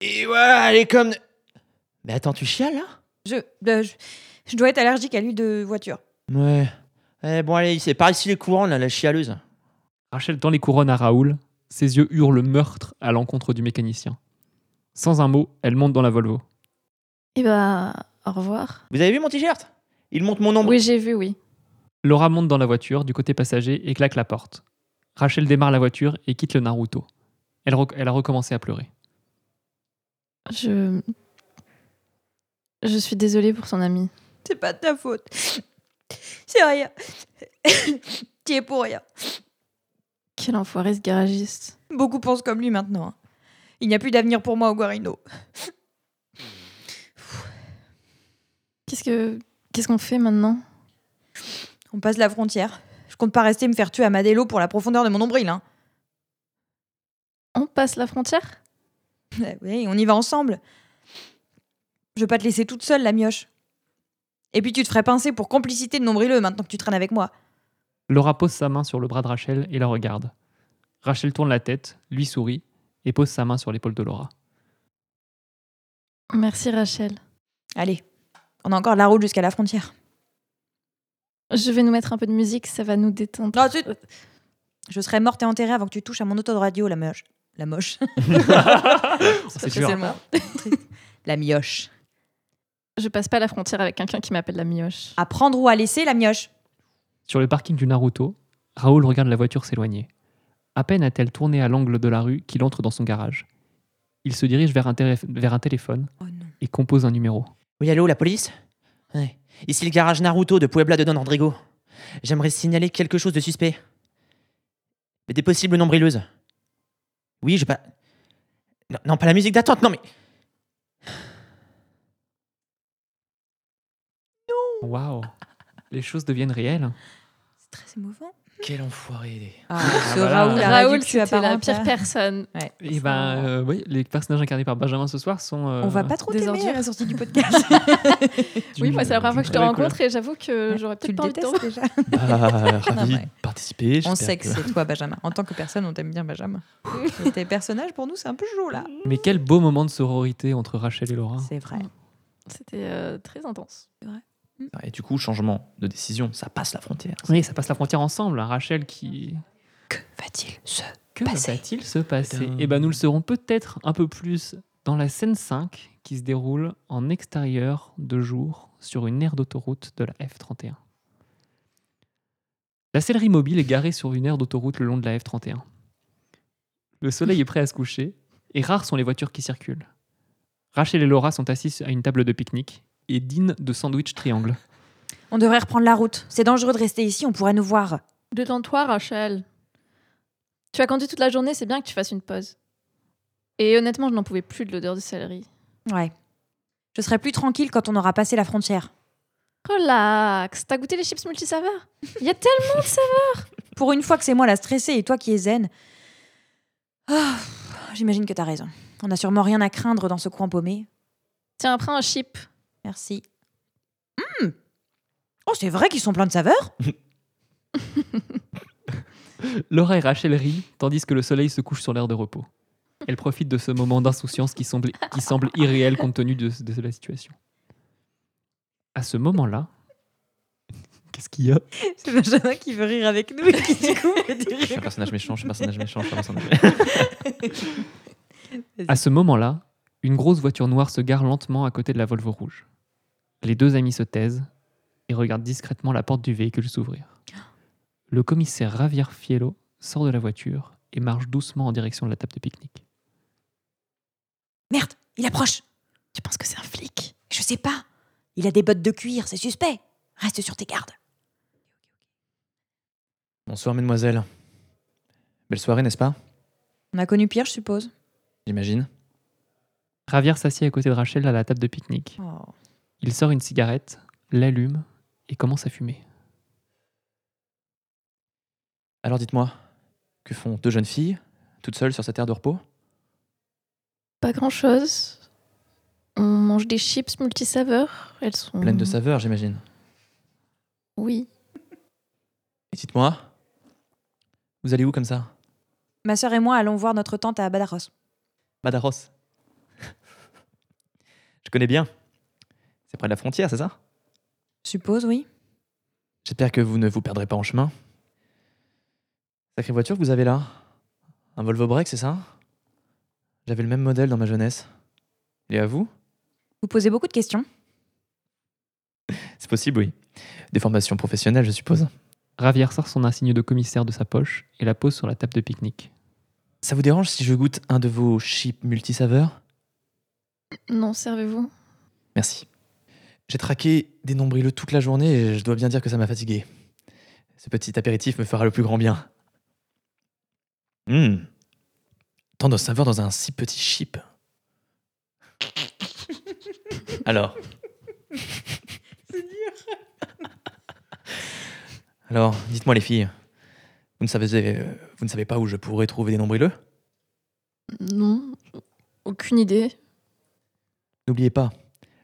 Et voilà, elle est comme. Mais attends, tu chiales là
je, euh, je- Je dois être allergique à l'huile de voiture.
Ouais. Eh, bon, allez, c'est par ici les courants, là, la chialeuse.
Rachel tend les couronnes à Raoul. Ses yeux hurlent meurtre à l'encontre du mécanicien. Sans un mot, elle monte dans la Volvo.
Eh bah, au revoir.
Vous avez vu mon t-shirt Il monte mon
Ah
nombre.
Oui, j'ai vu, oui.
Laura monte dans la voiture du côté passager et claque la porte. Rachel démarre la voiture et quitte le Naruto. Elle, rec- elle a recommencé à pleurer.
Je. Je suis désolée pour son ami.
C'est pas de ta faute. C'est rien. tu es pour rien.
Quel enfoiré ce garagiste.
Beaucoup pensent comme lui maintenant. hein. Il n'y a plus d'avenir pour moi au Guarino.
Qu'est-ce que. Qu'est-ce qu'on fait maintenant
On passe la frontière. Je compte pas rester me faire tuer à Madello pour la profondeur de mon nombril. Hein.
On passe la frontière
Ouais, ouais, on y va ensemble. Je veux pas te laisser toute seule, la mioche. Et puis tu te ferais pincer pour complicité de nombrileux maintenant que tu traînes avec moi.
Laura pose sa main sur le bras de Rachel et la regarde. Rachel tourne la tête, lui sourit et pose sa main sur l'épaule de Laura.
Merci Rachel.
Allez, on a encore la route jusqu'à la frontière.
Je vais nous mettre un peu de musique, ça va nous détendre. Euh,
Non, tu- Je serais morte et enterrée avant que tu touches à mon auto de radio, la mioche. La moche.
C'est dur.
la mioche.
Je passe pas la frontière avec quelqu'un qui m'appelle la mioche.
À prendre ou à laisser, la mioche.
Sur le parking du Naruto, Raoul regarde la voiture s'éloigner. À peine a-t-elle tourné à l'angle de la rue qu'il entre dans son garage. Il se dirige vers un, télé- vers un téléphone
Oh non.
et compose un numéro.
Oui, allô, la police Ouais. Ici le garage Naruto de Puebla de Don Andrigo. J'aimerais signaler quelque chose de suspect. Mais des possibles nombrileuses. Oui, je pas. Non, non, pas la musique d'attente, non mais.
Waouh Les choses deviennent réelles.
C'est très émouvant.
Quel enfoiré.
Ah,
ce voilà. Raoul,
la
Euh, Raoul,
radio que tu euh, as
c'était la
parlé,
pire
ça.
personne.
Ouais.
Et ben euh, oui, les personnages incarnés par Benjamin ce soir sont. euh,
On va pas trop
des
t'aimer à la
ordures.
sortie du podcast.
d'une-
Oui, moi, c'est la première fois que
d'une très
je te
belle
rencontre et j'avoue que j'aurais
tu
peut-être
le
pas envie de
détestes déjà.
Bah, ravi
ouais.
de participer.
On
j'espère
sait que c'est toi, Benjamin. En tant que personne, on t'aime bien, Benjamin. Et tes personnages, pour nous, c'est un peu chaud, là.
couleur. Mais quel beau moment de sororité entre Rachel et Laura.
C'est vrai.
C'était euh, très intense.
Et du coup, changement de décision, ça passe la frontière.
Oui, ça passe la frontière ensemble. hein. Rachel qui.
Que va-t-il se...
Que
Passer.
va-t-il se passer
Tadam.
Eh ben nous le saurons peut-être un peu plus dans la scène 5 qui se déroule en extérieur de jour sur une aire d'autoroute de la F31. La sellerie mobile est garée sur une aire d'autoroute le long de la F31. Le soleil est prêt à se coucher et rares sont les voitures qui circulent. Rachel et Laura sont assises à une table de pique-nique et dînent de sandwich triangle.
On devrait reprendre la route. C'est dangereux de rester ici, on pourrait nous voir.
Détends-toi, Rachel. Tu as conduit toute la journée, c'est bien que tu fasses une pause. Et honnêtement, je n'en pouvais plus de l'odeur du céleri.
Ouais. Je serai plus tranquille quand on aura passé la frontière.
Relax, t'as goûté les chips multisaveurs Il y a tellement de saveurs
Pour une fois que c'est moi la stressée et toi qui es zen. Ah, J'imagine que t'as raison. On n'a sûrement rien à craindre dans ce coin paumé.
Tiens, prends un chip.
Merci. Hmm. Oh, c'est vrai qu'ils sont pleins de saveurs
Laura et Rachel rient tandis que le soleil se couche sur l'aire de repos. Elles profitent de ce moment d'insouciance qui semble, qui semble irréel compte tenu de, de la situation. À ce moment-là, qu'est-ce qu'il y a
C'est Benjamin qui veut rire avec nous et qui du coup veut dire
Je suis un personnage méchant, je suis un personnage méchant, je suis un personnage
À ce moment-là, une grosse voiture noire se gare lentement à côté de la Volvo rouge. Les deux amis se taisent et regardent discrètement la porte du véhicule s'ouvrir. Le commissaire Javier Fiello sort de la voiture et marche doucement en direction de la table de pique-nique.
Merde, il approche.
Tu penses que c'est un flic
Je sais pas. Il a des bottes de cuir, c'est suspect. Reste sur tes gardes.
Bonsoir, mesdemoiselles. Belle soirée, n'est-ce pas
On a connu Pierre, je suppose.
J'imagine.
Javier s'assied à côté de Rachel à la table de pique-nique.
Oh.
Il sort une cigarette, l'allume et commence à fumer.
Alors dites-moi, que font deux jeunes filles, toutes seules sur cette aire de repos
Pas grand-chose. On mange des chips multisaveurs. Elles sont...
Pleines
Mhm.
de saveurs, j'imagine.
Oui.
Et dites-moi, vous allez où comme ça
Ma sœur et moi allons voir notre tante à Badaros.
Madaros. je connais bien. C'est près de la frontière, c'est ça
Suppose, oui.
J'espère que vous ne vous perdrez pas en chemin. Sacrée voiture que vous avez là. Un Volvo Break, c'est ça J'avais le même modèle dans ma jeunesse. Et à vous
Vous posez beaucoup de questions.
C'est possible, oui. Des formations professionnelles, je suppose.
Ravière sort son insigne de commissaire de sa poche et la pose sur la table de pique-nique.
Ça vous dérange si je goûte un de vos chips multisaveurs
Non, servez-vous.
Merci. J'ai traqué des nombrileux toute la journée et je dois bien dire que ça m'a fatigué. Ce petit apéritif me fera le plus grand bien. Hum. Tant de saveur dans un si petit chip. Alors. Alors, dites-moi les filles, vous ne, savez, euh, vous ne savez pas où je pourrais trouver des nombrileux
Non, aucune idée.
N'oubliez pas,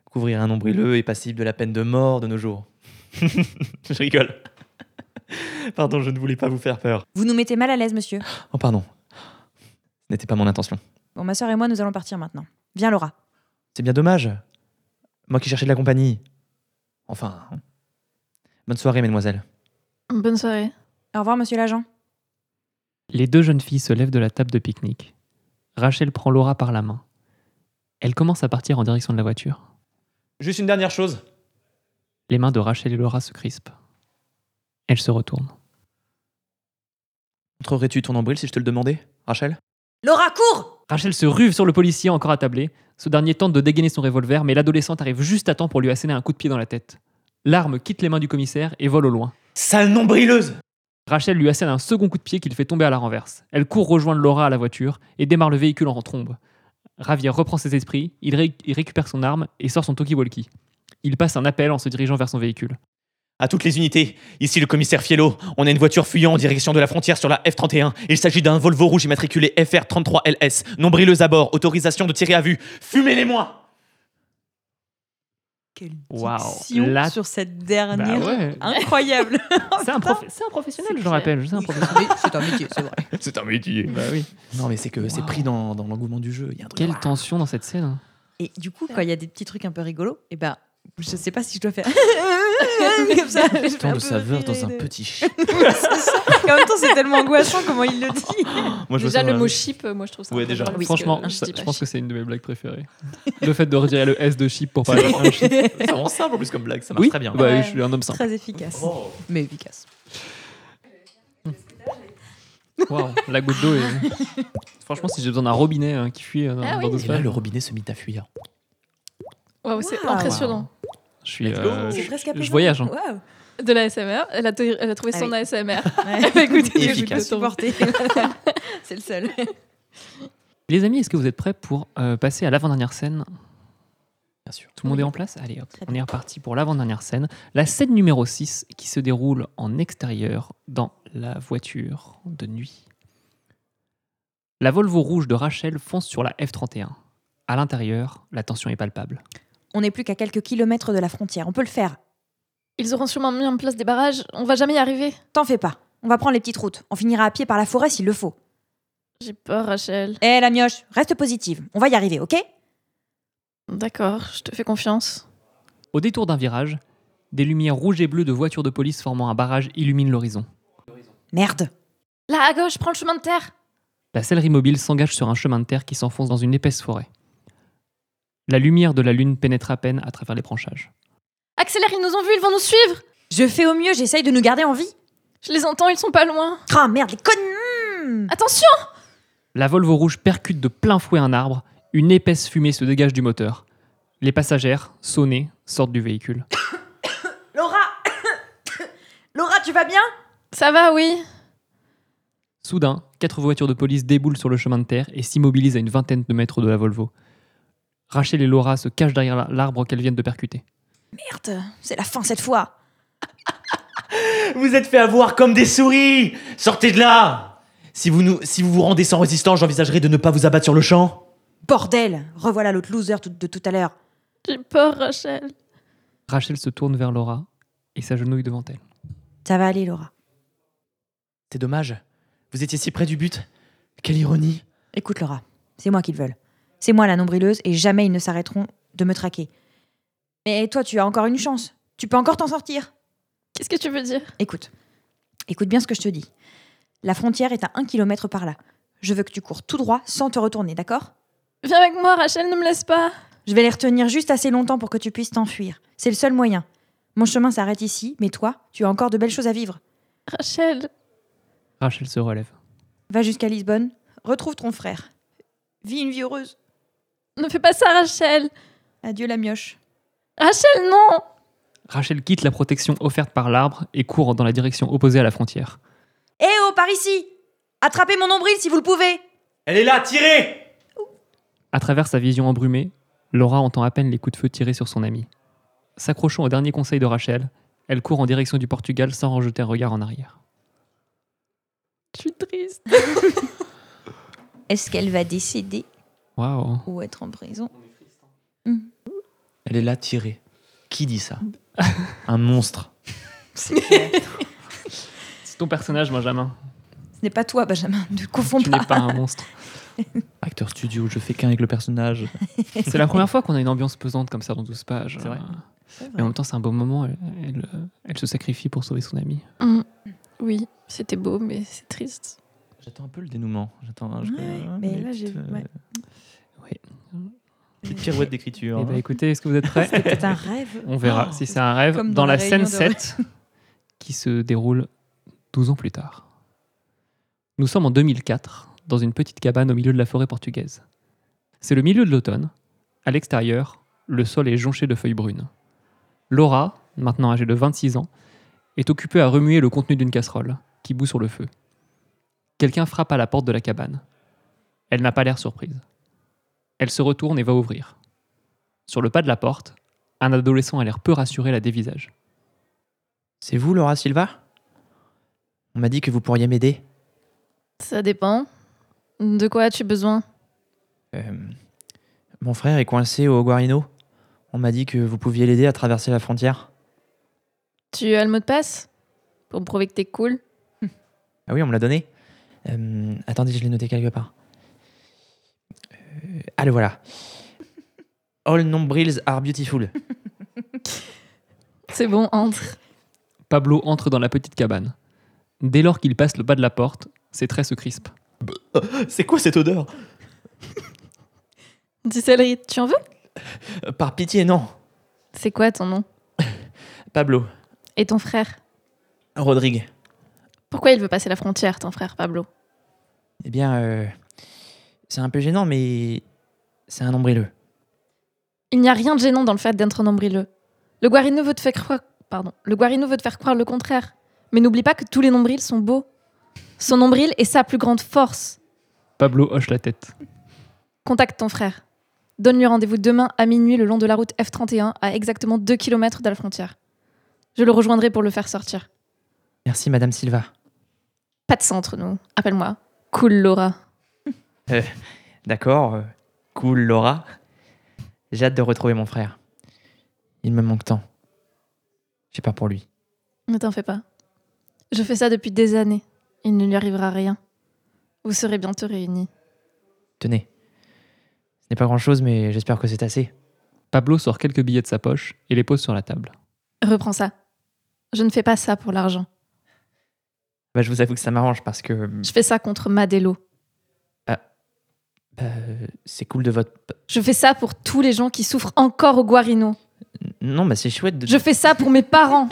couvrir un nombrileux est passible de la peine de mort de nos jours. je rigole. Pardon, je ne voulais pas vous faire peur.
Vous nous mettez mal à l'aise, monsieur.
Oh, pardon. Ce n'était pas mon intention.
Bon, ma soeur et moi, nous allons partir maintenant. Viens, Laura.
C'est bien dommage. Moi qui cherchais de la compagnie. Enfin. hein. Bonne soirée, mesdemoiselles.
Bonne soirée.
Au revoir, monsieur l'agent.
Les deux jeunes filles se lèvent de la table de pique-nique. Rachel prend Laura par la main. Elle commence à partir en direction de la voiture.
Juste une dernière chose.
Les mains de Rachel et Laura se crispent. Elle se retourne.
Montrerais-tu ton nombril si je te le demandais, Rachel
Laura, cours
Rachel se ruve sur le policier encore attablé. Ce dernier tente de dégainer son revolver, mais l'adolescente arrive juste à temps pour lui asséner un coup de pied dans la tête. L'arme quitte les mains du commissaire et vole au loin.
Sale nombrileuse
Rachel lui assène un second coup de pied qu'il fait tomber à la renverse. Elle court rejoindre Laura à la voiture et démarre le véhicule en trombe. Ravier reprend ses esprits, il, ré- il récupère son arme et sort son talkie-walkie. Il passe un appel en se dirigeant vers son véhicule.
À toutes les unités, ici le commissaire Fiello. On a une voiture fuyant en direction de la frontière sur la F-31. Il s'agit d'un Volvo rouge immatriculé FR33LS. Nombrileuse à bord, autorisation de tirer à vue. Fumez-les-moi
Quelle
Waouh,
diction
là-
sur cette dernière.
Bah ouais.
Incroyable
Ah,
C'est un, prof- c'est un professionnel, je le rappelle. C'est un professionnel.
C'est un métier, c'est vrai.
C'est un métier.
Bah oui.
Non, mais c'est que c'est
Wow.
pris dans, dans l'engouement du jeu. Il y a un truc.
Quelle tension dans cette scène. hein.
Et du coup, quand il y a des petits trucs un peu rigolos, et ben, je sais pas si je dois faire. Comme ça, je fais
Tant
un
de
peu
saveur
rire et
dans un
de-
petit
En même temps, c'est tellement angoissant comment il le dit.
Moi,
déjà, le mot chip, euh, moi je trouve ça.
Ouais,
un peu
déjà.
drôle,
Oui,
parce que,
Franchement,
euh,
je,
dis pas
je pense que
chip.
c'est une de mes blagues préférées. Le fait de retirer le S de chip pour parler un chip.
C'est vraiment simple en plus comme blague, ça
oui, bah oui,
Ouais.
je suis un homme simple.
Très efficace. Mais efficace.
Waouh, la goutte d'eau. est- Franchement, si j'ai besoin d'un robinet hein, qui fuit euh, dans,
Ah
dans
oui.
deux
Et là,
semaines,
le robinet se mit à fuir.
Waouh, c'est
Waouh.
impressionnant.
je suis.
Let's go.
euh,
C'est
je- je voyage. hein.
De l'ASMR, elle a, t- elle a trouvé
Ah
son
oui.
ASMR.
Ouais.
Écoutez,
Et
je
efficace.
vous le
Supporter. c'est le seul.
Les amis, est-ce que vous êtes prêts pour euh, passer à l'avant-dernière scène
Bien sûr.
Tout le monde est en place Allez, hop,
Très
on est reparti pour l'avant-dernière scène. La scène numéro 6 qui se déroule en extérieur dans la voiture de nuit. La Volvo rouge de Rachel fonce sur la F-31. À l'intérieur, la tension est palpable.
On n'est plus qu'à quelques kilomètres de la frontière. On peut le faire.
Ils auront sûrement mis en place des barrages, on va jamais y arriver.
T'en fais pas. On va prendre les petites routes. On finira à pied par la forêt s'il le faut.
J'ai peur, Rachel.
Hé, la mioche, reste positive. On va y arriver, ok
D'accord, je te fais confiance.
Au détour d'un virage, des lumières rouges et bleues de voitures de police formant un barrage illuminent l'horizon.
Merde.
Là, à gauche, prends le chemin de terre.
La sellerie mobile s'engage sur un chemin de terre qui s'enfonce dans une épaisse forêt. La lumière de la lune pénètre à peine à travers les branchages.
Accélère, ils nous ont vus, ils vont nous suivre.
Je fais au mieux, j'essaye de nous garder en vie.
Je les entends, ils sont pas loin.
Ah merde, les connes
Attention
La Volvo rouge percute de plein fouet un arbre, une épaisse fumée se dégage du moteur. Les passagères, sonnés, sortent du véhicule.
Laura Laura, tu vas bien
Ça va, oui.
Soudain, quatre voitures de police déboulent sur le chemin de terre et s'immobilisent à une vingtaine de mètres de la Volvo. Rachel et Laura se cachent derrière la- l'arbre qu'elles viennent de percuter.
Merde, c'est la fin cette fois.
Vous êtes fait avoir comme des souris Sortez de là si vous, nous, si vous vous rendez sans résistance, j'envisagerai de ne pas vous abattre sur le champ.
Bordel Revoilà l'autre loser tout- de tout à l'heure.
J'ai peur, Rachel.
Rachel se tourne vers Laura et s'agenouille devant elle.
Ça va aller, Laura.
C'est dommage. Vous étiez si près du but. Quelle ironie.
Écoute, Laura, c'est moi qu'ils veulent. C'est moi la nombrileuse et jamais ils ne s'arrêteront de me traquer. Mais toi, tu as encore une chance. Tu peux encore t'en sortir.
Qu'est-ce que tu veux dire
Écoute, écoute bien ce que je te dis. La frontière est à un kilomètre par là. Je veux que tu cours tout droit sans te retourner, d'accord
Viens avec moi, Rachel, ne me laisse pas.
Je vais les retenir juste assez longtemps pour que tu puisses t'enfuir. C'est le seul moyen. Mon chemin s'arrête ici, mais toi, tu as encore de belles choses à vivre.
Rachel,
Rachel se relève.
Va jusqu'à Lisbonne, retrouve ton frère. Vis une vie heureuse.
ne fais pas ça, Rachel.
Adieu la mioche.
Rachel, non
Rachel quitte la protection offerte par l'arbre et court dans la direction opposée à la frontière.
Eh oh, par ici Attrapez mon nombril si vous le pouvez
Elle est là, tirez
À travers sa vision embrumée, Laura entend à peine les coups de feu tirés sur son amie. S'accrochant au dernier conseil de Rachel, elle court en direction du Portugal sans rejeter un regard en arrière.
Je suis triste.
Est-ce qu'elle va décéder
Waouh
ou être en prison
Elle est là, tirez. Qui dit ça Un monstre.
C'est ton personnage, Benjamin.
Ce n'est pas toi, Benjamin, ne confonds
Tu n'es
pas.
pas un monstre.
Acteur studio, je fais qu'un avec le personnage.
C'est la première fois qu'on a une ambiance pesante comme ça dans 12 pages.
C'est vrai.
Euh, Mais en même temps, c'est un beau moment. Elle, elle, euh, elle se sacrifie pour sauver son ami.
Oui, c'était beau, mais c'est triste.
J'attends un peu le dénouement. J'attends. hein, je-
Ouais,
hein,
mais
les
là, j'ai-
petites, euh,
ouais.
Ouais.
Petite pirouette d'écriture.
Eh
hein.
ben, écoutez, est-ce que vous êtes prêts
C'est un rêve.
On verra
Oh,
si c'est un rêve
comme
dans,
dans
la
la
scène
réunion de-
7 qui se déroule 12 ans plus tard. Nous sommes en 2004 dans une petite cabane au milieu de la forêt portugaise. C'est le milieu de l'automne. À l'extérieur, le sol est jonché de feuilles brunes. Laura, maintenant âgée de 26 ans, est occupée à remuer le contenu d'une casserole qui bout sur le feu. Quelqu'un frappe à la porte de la cabane. Elle n'a pas l'air surprise. Elle se retourne et va ouvrir. Sur le pas de la porte, un adolescent a l'air peu rassuré la dévisage.
C'est vous, Laura Silva On m'a dit que vous pourriez m'aider.
Ça dépend. De quoi as-tu besoin
Euh, mon frère est coincé au Guarino. On m'a dit que vous pouviez l'aider à traverser la frontière.
Tu as le mot de passe Pour me prouver que t'es cool
Ah oui, on me l'a donné. Euh, attendez, je l'ai noté quelque part. Euh, ah, le voilà. All nombrils are beautiful.
C'est bon, entre.
Pablo entre dans la petite cabane. Dès lors qu'il passe le bas de la porte, ses traits se crispent.
C'est quoi cette odeur
Du céleri, tu en veux
Euh, Par pitié, non.
C'est quoi ton nom
Pablo,
Et ton frère
Rodrigue.
Pourquoi il veut passer la frontière, ton frère Pablo
Eh bien, euh, c'est un peu gênant, mais c'est un nombrileux.
Il n'y a rien de gênant dans le fait d'être nombrileux. Le guarino veut te faire croire... Pardon. Le guarino veut te faire croire le contraire. Mais n'oublie pas que tous les nombrils sont beaux. Son nombril est sa plus grande force.
Pablo hoche la tête.
Contacte ton frère. Donne-lui rendez-vous demain à minuit le long de la route F31 à exactement 2 km de la frontière. Je le rejoindrai pour le faire sortir.
Merci, Madame Silva.
Pas de centre, nous. Appelle-moi. Cool, Laura.
D'accord, euh, cool Laura. J'ai hâte de retrouver mon frère. Il me manque tant. J'ai peur pour lui.
Ne t'en fais pas. Je fais ça depuis des années. Il ne lui arrivera rien. Vous serez bientôt réunis.
Tenez. Ce n'est pas grand-chose, mais j'espère que c'est assez.
Pablo sort quelques billets de sa poche et les pose sur la table.
Reprends ça. Je ne fais pas ça pour l'argent.
Bah, je vous avoue que ça m'arrange parce que
Hmm.
Je fais ça contre Madello.
bah, euh, c'est cool de votre...
Je fais ça pour tous les gens qui souffrent encore au Guarino.
Non, bah, c'est chouette de...
Je fais ça pour mes parents.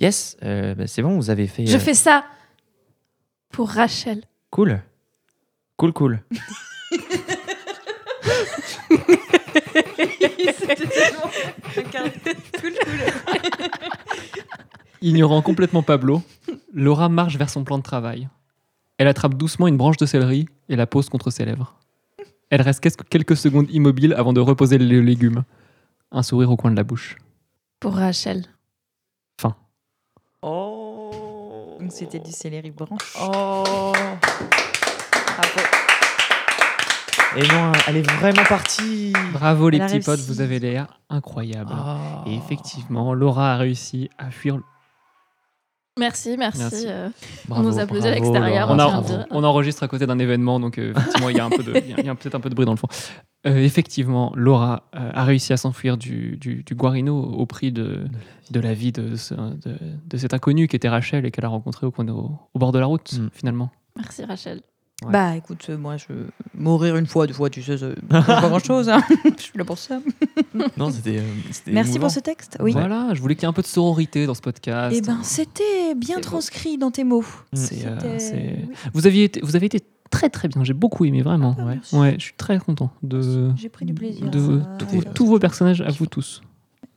Yes, euh, bah, c'est bon, vous avez fait...
Je
euh,
fais ça pour Rachel.
Cool. Cool, cool.
Ignorant complètement Pablo, Laura marche vers son plan de travail. Elle attrape doucement une branche de céleri et la pose contre ses lèvres. Elle reste qu'est-ce- quelques secondes immobile avant de reposer le légume. Un sourire au coin de la bouche.
Pour Rachel.
Oh
Donc c'était du céleri branche.
Oh Et non, elle est vraiment partie
Bravo les
Elle a
petits potes,
réussi.
vous avez l'air incroyables.
Oh.
Et effectivement, Laura a réussi à fuir
Merci, merci.
Merci.
euh,
Bravo,
nous applaudit à
bravo,
l'extérieur,
Laura. On,
on tient à
a-
le dire.
on enregistre à côté d'un événement, donc euh, effectivement, il y a, un peu de- il y a- il y a peut-être un peu de bruit dans le fond. Euh, effectivement, Laura euh, a réussi à s'enfuir du, du- du Guarino au prix de, de la vie de, ce- de- de cet inconnu qui était Rachel et qu'elle a rencontré au, coin de- au bord de la route,
Mm.
finalement.
Merci Rachel.
Ouais.
Bah écoute, euh, moi je mourir une fois, deux fois, tu sais, c'est c'est pas grand chose. Hein. je suis là pour ça.
Non, c'était. euh, c'était
Merci
émouvant.
pour ce texte. Oui.
Voilà, je voulais qu'il y ait un peu de sororité dans ce podcast.
Eh ben c'était
C'est
bien
beau.
transcrit dans tes mots.
Mm,
C'est, euh,
C'était-
c'est-
oui.
vous, aviez été, vous avez été très très bien, j'ai beaucoup aimé, vraiment.
Ah,
ouais.
merci.
je suis très content de,
J'ai pris du plaisir.
de
Ah,
tous-
alors.
tous vos personnages, à vous tous.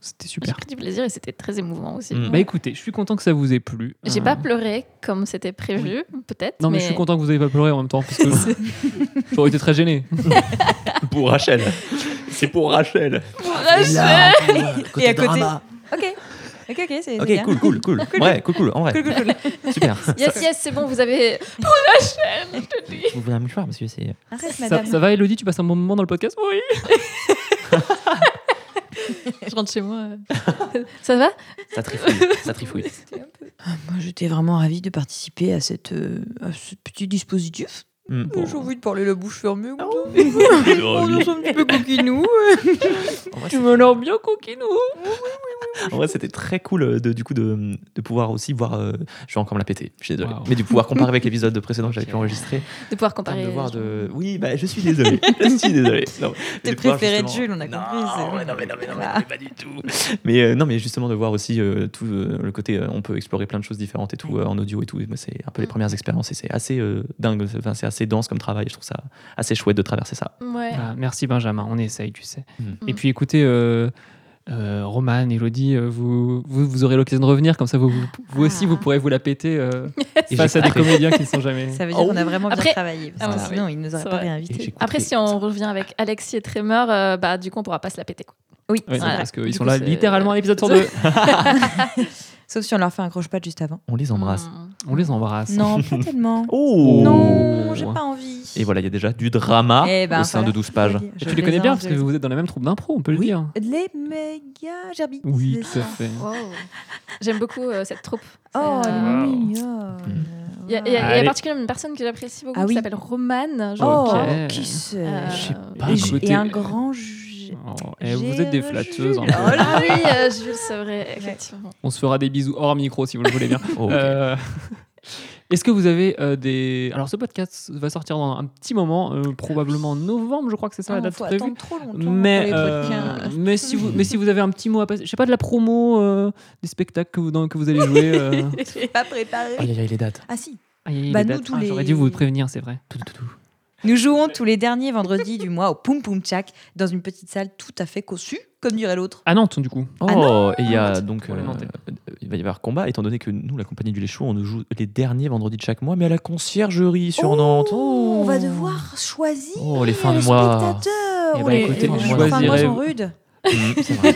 C'était
J'ai
super.
pris du plaisir et c'était très émouvant aussi.
Mm.
Bah écoutez, je suis content que ça vous ait plu.
J'ai
Euh,
pas pleuré comme c'était prévu, peut-être.
Non mais, je suis content que vous ayez pas pleuré en même temps parce que j'aurais été très gêné.
Pour Rachel. C'est pour Rachel. euh,
Rachel
Et à côté. Ok. Ok, ok, c'est- c'est
Ok,
bien.
cool, cool, cool. Ouais, cool, cool. En vrai,
Cool, cool, cool.
super.
Yes, yes, c'est bon, vous avez.
Vous voulez un mouchoir, monsieur C'est.
Arrête,
Ça,
madame.
ça va Elodie, tu passes un bon moment dans le podcast Oui.
Je rentre chez moi. Ça va
Ça trifouille. Ça trifouille.
Moi, j'étais vraiment ravie de participer à, cette, euh, à ce petit dispositif.
Mm.
J'ai envie de parler la bouche fermée.
Ah Oh,
un petit peu coquinou.
Tu me l'as bien coquinou.
En vrai, c'était très cool euh, de, du coup de, de pouvoir aussi voir. euh, je vais encore me la péter, je suis désolé.
Wow.
Mais de pouvoir comparer avec l'épisode de précédent que j'avais pu
Ok.
enregistrer.
De pouvoir
Putain,
comparer.
de voir
les gens.
de. Oui, bah, je suis désolé. je suis désolé. Non, mais
Tes
de pouvoir
préférés de
justement-
Jules, on a
Non,
compris, c'est- Ah.
ouais, non, mais non, mais non, mais
Voilà.
non, mais pas du tout. Mais euh, non, mais justement de voir aussi euh, tout euh, le côté. euh, on peut explorer plein de choses différentes et
Mm.
tout euh, en audio et tout. Et moi, c'est un peu les premières expériences et c'est assez euh, dingue. Enfin, c'est assez dense comme travail. Je trouve ça assez chouette de traverser ça.
Ouais.
Bah, merci Benjamin, on essaye, tu sais.
Mm.
Et puis écoutez, euh, euh, Roman, Elodie, euh, vous, vous, vous aurez l'occasion de revenir, comme ça vous, vous, vous aussi
Ah.
vous pourrez vous la péter euh,
Et
face
j'ai
à des
compris.
comédiens qui ne sont jamais.
Ça veut dire qu'on a vraiment bien
Après-
travaillé. Parce
Ah
que
ouais.
sinon, il ne nous aurait
C'est
pas
vrai.
Et j'ai
réinvités.
compris.
Après, si on revient avec Alexis et Tremor, euh, bah, du coup, on pourra pas se la péter. Quoi.
Oui,
Ouais, non,
Voilà.
Parce
Du
qu'ils sont
coup,
là
c'est-
littéralement à l'épisode 102.
Sauf si on leur fait un croche-patte juste avant.
On les embrasse.
Mm.
on les embrasse.
Non, pas tellement.
Oh
Non, j'ai pas envie.
Et voilà, il y a déjà du
Ah,
drama
Eh ben,
au sein
voilà.
de 12 pages.
Je
Et tu les connais bien parce que
enjeux.
vous êtes dans la même troupe d'impro, on peut le
Oui.
dire.
Les méga gerbilles.
Oui, tout
C'est
à
ça.
fait.
Wow. J'aime beaucoup euh, cette troupe. C'est,
Oh, elle
euh,
est
Wow.
mignonne.
Il y a, il y a- il y a
Allez.
particulièrement une personne que j'apprécie beaucoup
Ah oui.
qui s'appelle Romane. je
Oh,
crois.
Ah, Ok.
qui c'est
Euh,
Je sais pas,
Et
d'un
j'ai-
côté-
Et un grand J.
Oh, eh, vous êtes des
J'ai
flatteuses. un
reçu-
peu.
Oh là oui, euh, Jules, c'est vrai, effectivement.
On se fera des bisous hors micro si vous le voulez bien.
Oh.
Euh, Est-ce que vous avez euh, des. Alors, ce podcast va sortir dans un petit moment, euh, probablement en novembre, je crois que c'est ça la
Non,
date
Ah, faut
prévue.
attendre trop longtemps pour
Mais,
les
euh,
podcasts.
mais, si vous, mais si vous avez un petit mot à passer, je sais pas, de la promo, euh, des spectacles que vous, dans- que vous allez jouer. euh.
pas préparé.
Aïe, aïe, aïe, les dates.
Ah si.
Aïe, aïe,
Bah,
les
nous,
dates.
tous
Ah,
les-
J'aurais dû vous prévenir, c'est vrai.
Tout, tout, tout.
Nous jouons tous les derniers vendredis du mois au Poum Poum Tchak dans une petite salle tout à fait cossue, comme dirait l'autre.
À Nantes, du coup.
Oh,
Ah
et il y a donc.
Pour
euh,
les Nantais.
euh, il va y avoir combat, étant donné que nous, la compagnie du Léchou, on joue les derniers vendredis de chaque mois, mais à la conciergerie sur
Oh,
Nantes.
On va devoir choisir
Oh, les fins de
les
mois.
spectateurs.
Eh
Oh,
ben,
les-
écoutez,
les fins
je
de mois
choisirai-
sont rudes.
Mmh, c'est vrai.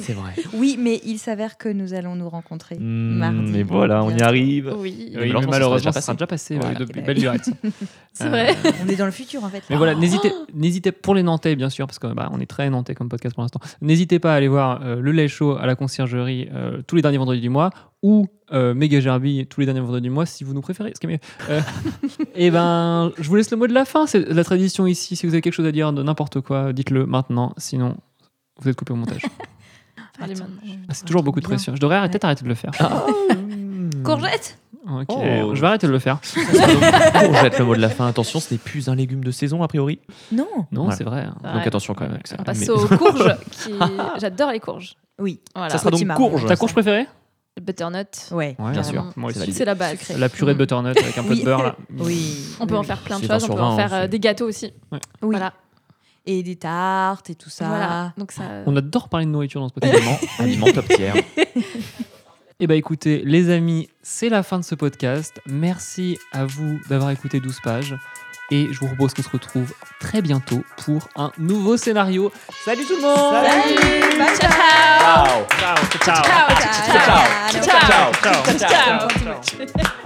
C'est vrai.
Oui, mais il s'avère que nous allons nous rencontrer
Mmh,
mardi.
mais voilà, on y arrive.
Oui,
mais malheureusement,
malheureusement,
ça
ça
sera
sera déjà passé.
Voilà.
ouais, Euh, de-
Eh ben,
belle lurette.
c'est vrai.
On est dans le futur en fait. Ah,
Mais
Ah.
voilà, n'hésitez, n'hésitez pour les Nantais, bien sûr, parce qu'on on est très Nantais comme podcast pour l'instant. N'hésitez pas à aller voir euh, le lait chaud à la conciergerie euh, tous les derniers vendredis du mois ou euh, Méga Gerbi tous les derniers vendredis du mois si vous nous préférez, ce qui est mieux. Euh, et ben, je vous laisse le mot de la fin. C'est la tradition ici. Si vous avez quelque chose à dire de n'importe quoi, dites-le maintenant. Sinon, vous êtes coupé au montage.
Allez,
Attends,
maintenant.
je-
Ah, c'est toujours beaucoup de
Bien.
pression. Je devrais arrêter- peut-être arrêter de le faire.
Ah.
Hmm.
Courgette
Ok,
Oh.
Je vais arrêter de le faire.
On jette le mot de la fin. Attention, ce n'est plus un légume de saison, a priori.
Non.
Non,
Voilà.
c'est vrai. hein.
Donc attention quand même avec ça.
On passe
Mais-
aux courges. qui... J'adore les courges.
Oui.
Voilà.
Ça sera
Petit
donc
marron.
courge.
Ta course préférée
Le butternut.
Ouais.
Ouais,
carrément.
bien sûr.
moi aussi.
C'est validé.
C'est la base.
La purée de butternut avec un peu
Oui.
de beurre là.
Oui.
On peut
oui,
en
oui.
faire plein de
C'est vingt
choses. On
sur
peut en
vingt,
faire euh,
c'est-
des gâteaux aussi.
Oui.
Voilà.
Et des tartes et tout ça.
Voilà. Donc ça. euh,
On adore parler de nourriture dans ce podcast.
Aliment, aliment top tiers.
Eh bien écoutez, les amis, c'est la fin de ce podcast. Merci à vous d'avoir écouté 12 pages. Et je vous propose qu'on se retrouve très bientôt pour un nouveau scénario. Salut tout le monde
Salut. Bye bye.
Ciao.
Ciao, ciao.
Ciao, ciao, ciao.
Ciao.
Ciao.
Ciao.
Ciao.